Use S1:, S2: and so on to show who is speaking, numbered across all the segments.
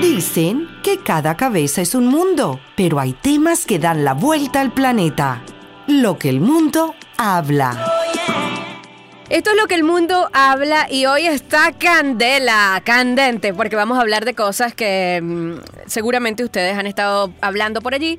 S1: Dicen que cada cabeza es un mundo, pero hay temas que dan la vuelta al planeta. Lo que el mundo habla.
S2: Esto es lo que el mundo habla y hoy está candela, candente, porque vamos a hablar de cosas que mm, seguramente ustedes han estado hablando por allí.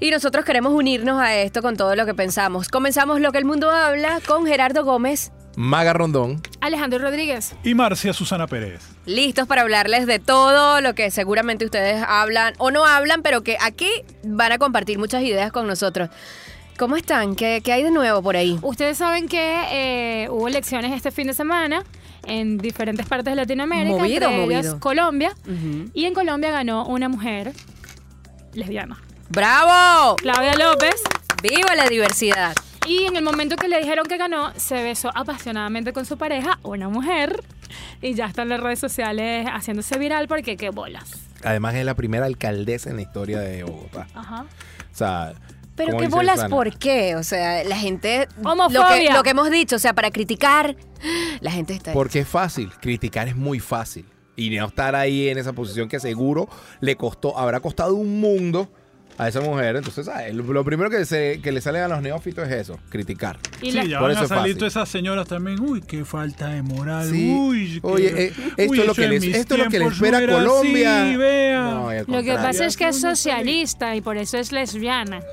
S2: Y nosotros queremos unirnos a esto con todo lo que pensamos. Comenzamos lo que el mundo habla con Gerardo Gómez.
S3: Maga Rondón.
S4: Alejandro Rodríguez.
S5: y Marcia Susana Pérez.
S2: Listos para hablarles de todo lo que seguramente ustedes hablan o no hablan, pero que aquí van a compartir muchas ideas con nosotros. ¿Cómo están? ¿Qué, qué hay de nuevo por ahí?
S4: Ustedes saben que eh, hubo elecciones este fin de semana en diferentes partes de Latinoamérica,
S2: Movido,
S4: entre ellas
S2: movido.
S4: Colombia,
S2: Ujú.
S4: y en Colombia ganó una mujer lesbiana,
S2: ¡Bravo!
S4: Claudia López,
S2: ¡Viva la diversidad!
S4: y en el momento que le dijeron que ganó, se besó apasionadamente con su pareja, una mujer, y ya está en las redes sociales haciéndose viral porque qué bolas.
S3: Además es la primera alcaldesa en la historia de Bogotá.
S4: Ajá.
S3: O sea,
S2: Pero
S3: como
S2: qué
S3: dice
S2: bolas,
S3: Susana,
S2: ¿por qué? O sea, la gente... Lo que,
S4: Homofobia.
S2: lo que hemos dicho, o sea, para criticar, la gente está...
S3: Porque es fácil, criticar es muy fácil. Y no estar ahí en esa posición que seguro le costó, habrá costado un mundo a esa mujer. Entonces, ¿sabes? lo lo primero que, se, que le sale a los neófitos es eso, criticar.
S4: Y
S5: sí,
S4: la-
S5: ya
S3: Por
S5: van
S3: eso
S5: a
S3: es
S5: salir
S3: fácil.
S5: todas esas señoras también. Uy, qué falta de moral.
S3: Sí.
S5: Uy,
S3: Oye,
S5: que-
S3: eh, esto es lo
S5: eso
S3: que
S5: en
S3: les-
S5: mis
S3: esto es lo que le
S5: tiempos no
S3: espera a
S5: era
S3: Colombia.
S5: así, vea.
S3: No, y al
S4: Lo que
S3: contrario.
S4: pasa es que es socialista y por eso es lesbiana.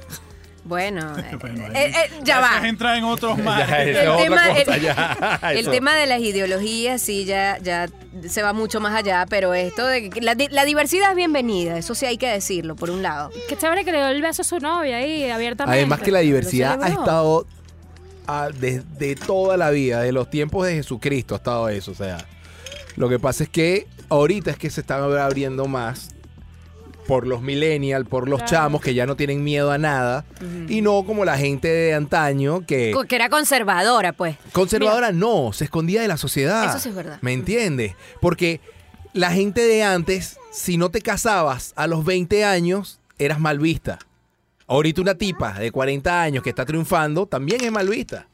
S2: Bueno, eh,
S5: Bueno, ahí-
S2: eh, eh, ya va.
S5: Esas entran en otros
S3: Ya,
S5: mares.
S3: esa es
S2: El
S3: otra
S2: tema,
S3: cosa,
S2: el-
S3: ya,
S2: el
S3: eso.
S2: tema de las ideologías sí ya, ya se va mucho más allá, pero esto de que la, di- la diversidad es bienvenida, eso sí hay que decirlo, por un lado.
S3: Eh.
S4: Qué chévere que le dio el beso a su novia ahí, abiertamente.
S3: Además que la diversidad
S2: Lo
S3: ha
S2: celebró.
S3: estado ah, desde toda la vida, de los tiempos de Jesucristo ha estado eso. O sea, lo que pasa es que ahorita es que se están abriendo más por los millennials, por los
S4: Claro.
S3: chamos que ya no tienen miedo a nada y no como la gente de antaño que
S2: Co- Que era conservadora, pues.
S3: conservadora no, se escondía de la sociedad.
S2: Eso sí es verdad.
S3: ¿Me entiendes? Porque la gente de antes, si no te casabas a los 20 años, eras mal vista. Ahorita una tipa de 40 años que está triunfando también es mal vista.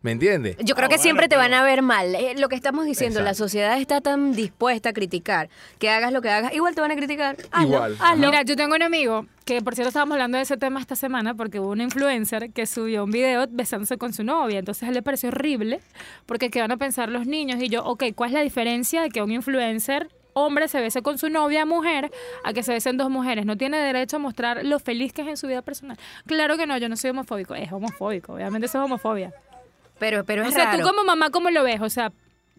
S3: ¿Me entiendes?
S2: Yo creo que
S5: bueno,
S2: siempre te
S5: pero-
S2: van a ver mal. Eh, lo que estamos diciendo, la
S3: Ah, Exacto.
S2: sociedad está tan dispuesta a criticar que hagas lo que hagas, igual te van a criticar. Ah, Hazlo,
S3: Igual, ajá.
S2: hazlo.
S4: Ah, Mira, yo tengo un amigo que, por cierto, estábamos hablando de ese tema esta semana porque hubo un influencer que subió un video besándose con su novia. Entonces a él le pareció horrible porque qué van a pensar los niños. Y yo, ok, ¿cuál es la diferencia de que un influencer hombre se bese con su novia mujer a que se besen dos mujeres? No tiene derecho a mostrar lo feliz que es en su vida personal. Claro que no, yo no soy homofóbico. Es homofóbico, obviamente eso es homofobia.
S2: pero, pero es
S4: o sea,
S2: raro.
S4: tú como mamá, ¿cómo lo ves? O sea,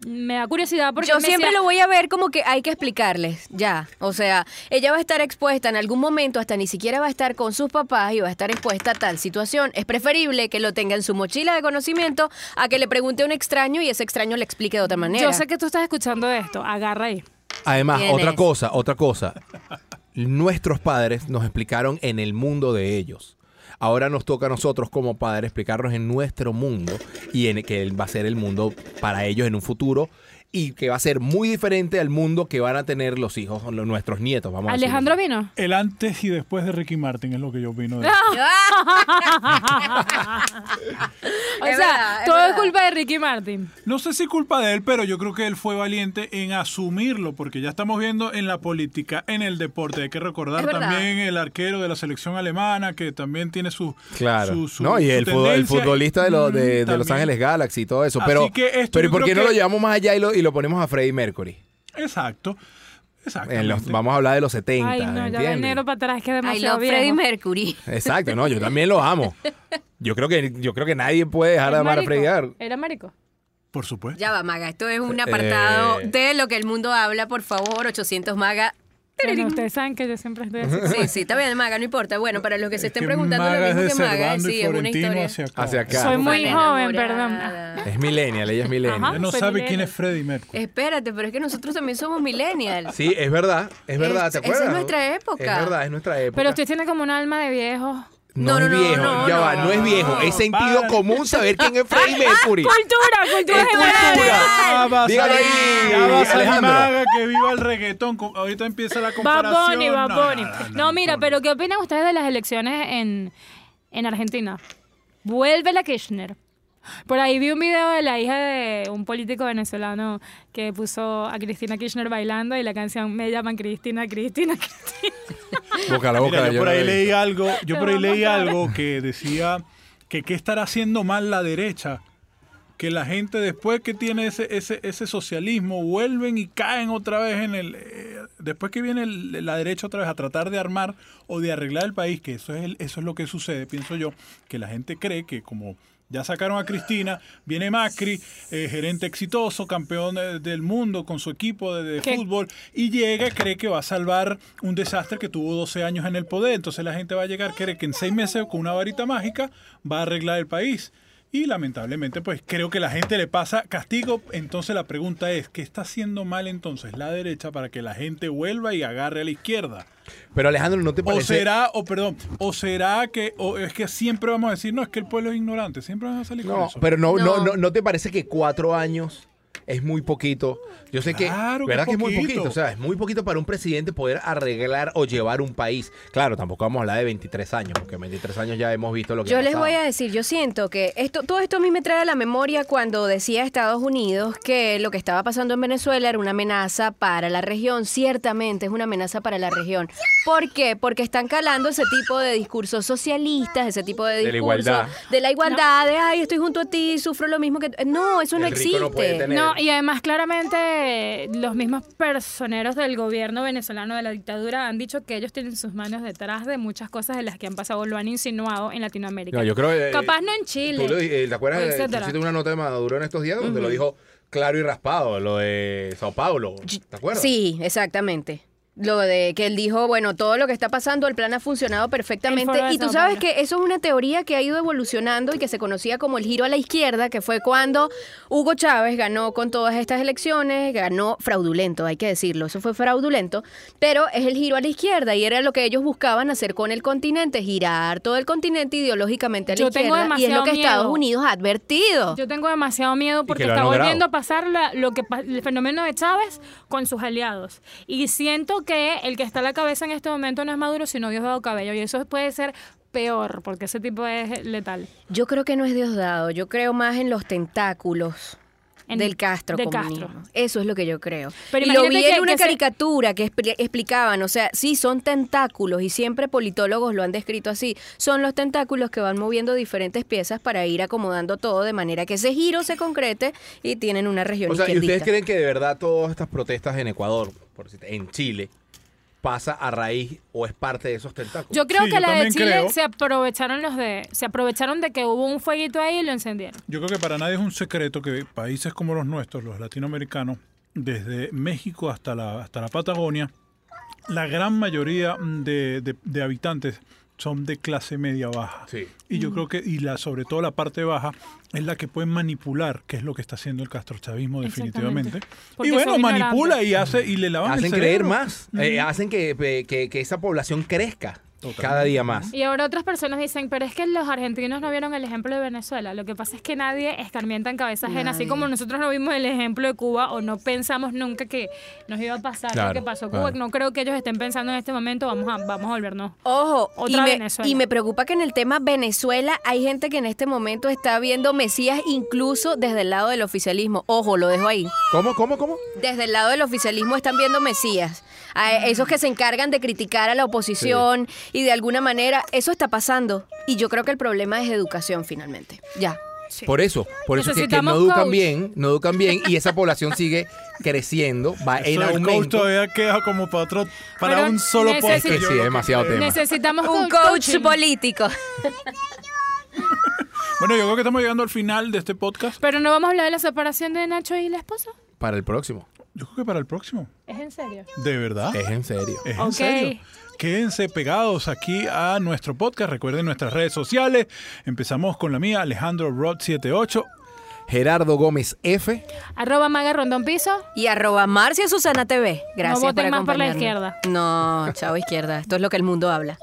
S4: me da curiosidad porque
S2: Yo
S4: me
S2: siempre
S4: decía-
S2: lo voy a ver como que hay que explicarles, ya. O sea, ella va a estar expuesta en algún momento, hasta ni siquiera va a estar con sus papás y va a estar expuesta a tal situación. Es preferible que lo tenga en su mochila de conocimiento a que le pregunte a un extraño y ese extraño le explique de otra manera.
S4: Yo sé que tú estás escuchando esto, agarra ahí.
S3: Además,
S2: ¿Quién
S3: otra
S2: es?
S3: cosa, otra cosa. Nuestros padres nos explicaron en el mundo de ellos. Ahora nos toca a nosotros como padres explicarnos en nuestro mundo y en que va a ser el mundo para ellos en un futuro y que va a ser muy diferente al mundo que van a tener los hijos, los- nuestros nietos. Vamos a decirlo
S4: Alejandro
S3: así.
S4: vino.
S5: El antes y después de Ricky Martin es lo que yo opino. De
S2: Ah.
S4: O
S2: Es
S4: sea,
S2: verdad, es
S4: todo es
S2: verdad.
S4: culpa de Ricky Martin.
S5: No sé si culpa de él, pero yo creo que él fue valiente en asumirlo, porque ya estamos viendo en la política, en el deporte. Hay que recordar
S2: Es verdad.
S5: también el arquero de la selección alemana, que también tiene su.
S3: Claro.
S5: su- su-
S3: no, y
S5: su
S3: el, fútbol- el
S5: tendencia.
S3: futbolista de, los- de- de
S5: Mm,
S3: Los
S5: también.
S3: Ángeles Galaxy y todo eso.
S5: Así
S3: Pero,
S5: que esto
S3: pero ¿y
S5: yo
S3: por
S5: creo
S3: qué no
S5: que-
S3: lo llevamos más allá y lo, y lo ponemos a Freddie Mercury?
S5: Exacto.
S3: En los-
S5: Exacto.
S3: vamos a hablar de los 70.
S4: Ay, no, ya
S3: ¿entiendes?
S4: de enero para atrás que es
S2: I
S4: demasiado
S2: love Freddie
S4: bien.
S2: Mercury.
S3: Exacto, no, yo también lo amo. Yo creo que yo creo que nadie puede dejar de amar a Freddie Gar-
S4: Era marico.
S5: Por supuesto.
S2: Ya va, Maga. Esto es un apartado
S3: Eh.
S2: de lo que el mundo habla, por favor. 800 Maga.
S4: Bueno, ustedes saben que yo siempre estoy así.
S2: Sí, sí, está bien, Maga, no importa. Bueno, para los que se estén preguntando
S5: Maga
S2: lo
S5: es de
S2: mismo que Maga,
S5: Servando y
S2: sí, es una
S5: Florentino
S2: historia.
S5: hacia acá.
S3: Hacia acá.
S4: Soy muy
S2: Fan
S4: joven,
S2: enamorada.
S4: perdón.
S3: Es millennial, ella es
S5: Ella
S3: millennial.
S4: Ajá.
S5: no
S4: soy
S5: sabe
S4: millennial.
S5: quién es Freddie Mercury.
S2: Espérate, pero es que nosotros también somos millennials.
S3: Sí, es verdad, es verdad,
S2: Es-
S3: ¿te
S2: esa
S3: acuerdas?
S2: es nuestra época.
S3: Es verdad, es nuestra época.
S4: Pero usted tiene como un alma de viejo.
S2: No,
S3: no,
S2: no,
S3: es
S2: no,
S3: viejo,
S2: no,
S3: ya
S2: no,
S3: va, no, es
S2: no.
S3: viejo, es sentido
S5: Para.
S3: común saber quién es Freddie Mercury.
S4: ¡Cultura! ¡Cultura
S3: Es cultura.
S5: Ya va a
S3: Dígalo
S5: salir-
S3: ahí,
S5: ya va a salir
S3: Alejandro.
S5: Maga, que viva el reggaetón. Co- Ahorita empieza la comparación.
S4: Bad Bunny, Bad
S5: No,
S4: Bunny.
S5: no, no,
S4: No, mira,
S5: no.
S4: pero ¿qué opinan ustedes de las elecciones en, en Argentina? Vuelve la Kirchner. Por ahí vi un video de la hija de un político venezolano que puso a Cristina Kirchner bailando y la canción Me llaman Cristina, Cristina, Cristina.
S3: Boca a la boca.
S5: Mira, yo, por
S3: no
S5: ahí
S3: lo he
S5: leí
S3: visto.
S5: algo, yo por ahí
S4: vamos
S5: leí
S4: a ver.
S5: algo que decía que qué estará haciendo mal la derecha, que la gente después que tiene ese ese, ese socialismo vuelven y caen otra vez en el eh, después que viene el- la derecha otra vez a tratar de armar o de arreglar el país, que eso es el- eso es lo que sucede, pienso yo, que la gente cree que como ya sacaron a Cristina, viene Macri, eh, gerente exitoso, campeón eh, del mundo con su equipo de, de
S4: ¿Qué?
S5: fútbol, y llega, cree que va a salvar un desastre que tuvo 12 años en el poder. Entonces la gente va a llegar, cree que en seis meses con una varita mágica va a arreglar el país. Y lamentablemente, pues creo que la gente le pasa castigo. Entonces la pregunta es, ¿qué está haciendo mal entonces la derecha para que la gente vuelva y agarre a la izquierda?
S3: Pero Alejandro, ¿no te
S5: O
S3: parece?
S5: será, o perdón, o será que, o es que siempre vamos a decir, no, es que el pueblo es ignorante, siempre vamos a salir con
S3: No,
S5: eso.
S3: pero no, no.
S2: No.
S3: no- no te parece que cuatro años es muy poquito. Yo sé
S5: Claro
S3: que,
S5: que
S3: ¿verdad que es muy
S5: poquito.
S3: poquito? O sea, es muy poquito para un presidente poder arreglar o llevar un país. Claro, tampoco vamos a hablar de 23 años, porque en 23 años ya hemos visto lo que
S2: Yo
S3: ha
S2: les
S3: pasado.
S2: voy a decir, yo siento que esto, todo esto a mí me trae a la memoria cuando decía Estados Unidos que lo que estaba pasando en Venezuela era una amenaza para la región. Ciertamente es una amenaza para la región. ¿Por qué? Porque están calando ese tipo de discursos socialistas, ese tipo de
S3: De la
S2: discursos
S3: igualdad.
S2: de la igualdad, de ay, estoy junto a ti, sufro lo mismo que tú". No, eso no
S3: El rico
S2: existe.
S3: no puede tener-
S4: No, y además claramente los mismos personeros del gobierno venezolano de la dictadura han dicho que ellos tienen sus manos detrás de muchas cosas de las que han pasado, lo han insinuado en Latinoamerika.
S3: No, yo creo que, eh,
S4: Capaz no en Chile.
S3: Tú lo di- eh, ¿Te acuerdas? de-
S4: etcétera.
S3: Tú hiciste una nota de Maduro en estos días donde lo dijo claro y raspado, lo de Sao Paulo. ¿Te acuerdas?
S2: Sí, exactamente. Lo de que él dijo, bueno, todo lo que está pasando, el plan ha funcionado
S4: El
S2: perfectamente.
S4: foro de
S2: Y tú
S4: Sao
S2: sabes
S4: Paulo.
S2: que eso es una teoría que ha ido evolucionando y que se conocía como el giro a la izquierda, que fue cuando Hugo Chávez ganó con todas estas elecciones, ganó fraudulento, hay que decirlo, eso fue fraudulento, pero es el giro a la izquierda y era lo que ellos buscaban hacer con el continente, girar todo el continente ideológicamente a la
S4: Yo tengo
S2: izquierda. Y es lo
S4: demasiado
S2: que
S4: miedo.
S2: Estados Unidos ha advertido.
S4: Yo tengo demasiado miedo porque
S3: que lo han
S4: está
S3: logrado.
S4: volviendo a pasar la- lo que pa- el fenómeno de Chávez con sus aliados. Y siento que el que está a la cabeza en este momento no es Maduro, sino Diosdado Cabello. Y eso puede ser peor, porque ese tipo es letal.
S2: Yo creo que no es Diosdado, yo creo más en los tentáculos.
S4: En-
S2: del Castro,
S4: de
S2: comunismo.
S4: Castro.
S2: Eso es lo que yo creo.
S4: Pero
S2: y lo vi
S4: imagínate
S2: en
S4: que-
S2: una
S4: que se-
S2: caricatura que expli- explicaban, o sea, sí, son tentáculos y siempre politólogos lo han descrito así. Son los tentáculos que van moviendo diferentes piezas para ir acomodando todo de manera que ese giro se concrete y tienen una región
S3: O sea, ¿y
S2: izquierdista.
S3: ustedes creen que de verdad todas estas protestas en Ecuador, por decirte, en Chile, pasa a raíz o es parte de esos tentáculos?
S4: Yo creo
S5: Sí,
S4: que
S5: yo
S4: la de
S5: también
S4: Chile
S5: creo.
S4: se aprovecharon los de se aprovecharon de que hubo un fueguito ahí y lo encendieron.
S5: Yo creo que para nadie es un secreto que países como los nuestros, los latinoamericanos, desde México hasta la, hasta la Patagonia, la gran mayoría de, de- de habitantes son de clase media baja.
S3: Sí.
S5: Y
S4: Mm.
S5: yo creo que, y la, sobre todo la parte baja, es la que pueden manipular, que es lo que está haciendo el castrochavismo definitivamente.
S4: Exactamente.
S5: Y
S4: Porque
S5: bueno,
S4: son
S5: manipula y hace y le lavan el
S3: Hacen creer
S5: cerebro. Mm.
S3: más, eh, hacen que, eh, que- que esa población crezca cada día más.
S4: Y ahora otras personas dicen, pero es que los argentinos no vieron el ejemplo de Venezuela. Lo que pasa es que nadie escarmienta en cabeza ajena, así
S2: Nadie.
S4: como nosotros no vimos el ejemplo de Cuba o no pensamos nunca que nos iba a pasar
S3: Claro,
S4: lo que pasó en Cuba.
S3: claro.
S4: No creo que ellos estén pensando en este momento, vamos a, vamos a volvernos.
S2: Ojo, y
S4: Otra
S2: me,
S4: Venezuela.
S2: y me preocupa que en el tema Venezuela hay gente que en este momento está viendo Mesías incluso desde el lado del oficialismo. Ojo, lo dejo ahí.
S3: ¿Cómo, cómo,
S4: Mm,
S3: cómo?
S2: Desde el lado del oficialismo están viendo Mesías. A e, esos que se encargan de criticar a la oposición y de alguna manera eso está pasando. Y yo creo que el problema es educación finalmente. Ya.
S3: Por eso, por eso es que, que no
S4: Necesitamos
S3: educan
S4: coach.
S3: bien, no educan bien y esa población sigue creciendo, va
S5: Eso
S3: en
S5: el coach
S3: aumento.
S5: todavía queda como para otro- para
S4: Pero
S5: un solo
S4: necesi-
S5: podcast.
S4: Es que
S5: yo
S3: sí,
S5: lo
S3: demasiado
S5: creo.
S3: tema.
S4: Necesitamos
S2: Un
S4: co-
S2: coach
S4: coaching.
S2: político.
S5: Bueno, yo creo que estamos llegando al final de este podcast.
S4: Pero no vamos a hablar de la separación de Nacho y la esposa.
S3: Para el próximo.
S5: Yo creo que para el próximo.
S4: Es en serio.
S5: ¿De verdad?
S3: Es en serio.
S5: Es
S4: Ok.
S5: en serio. Quédense pegados aquí a nuestro podcast. Recuerden nuestras redes sociales. Empezamos con la mía, Alejandro Rod78.
S3: Gerardo Gómez F.
S4: Arroba Maga Rondón Piso.
S2: Y arroba Marcia Susana TV. Gracias
S4: No voten
S2: por
S4: más por la
S2: acompañarnos.
S4: izquierda.
S2: No, chao izquierda. Esto es lo que el mundo habla.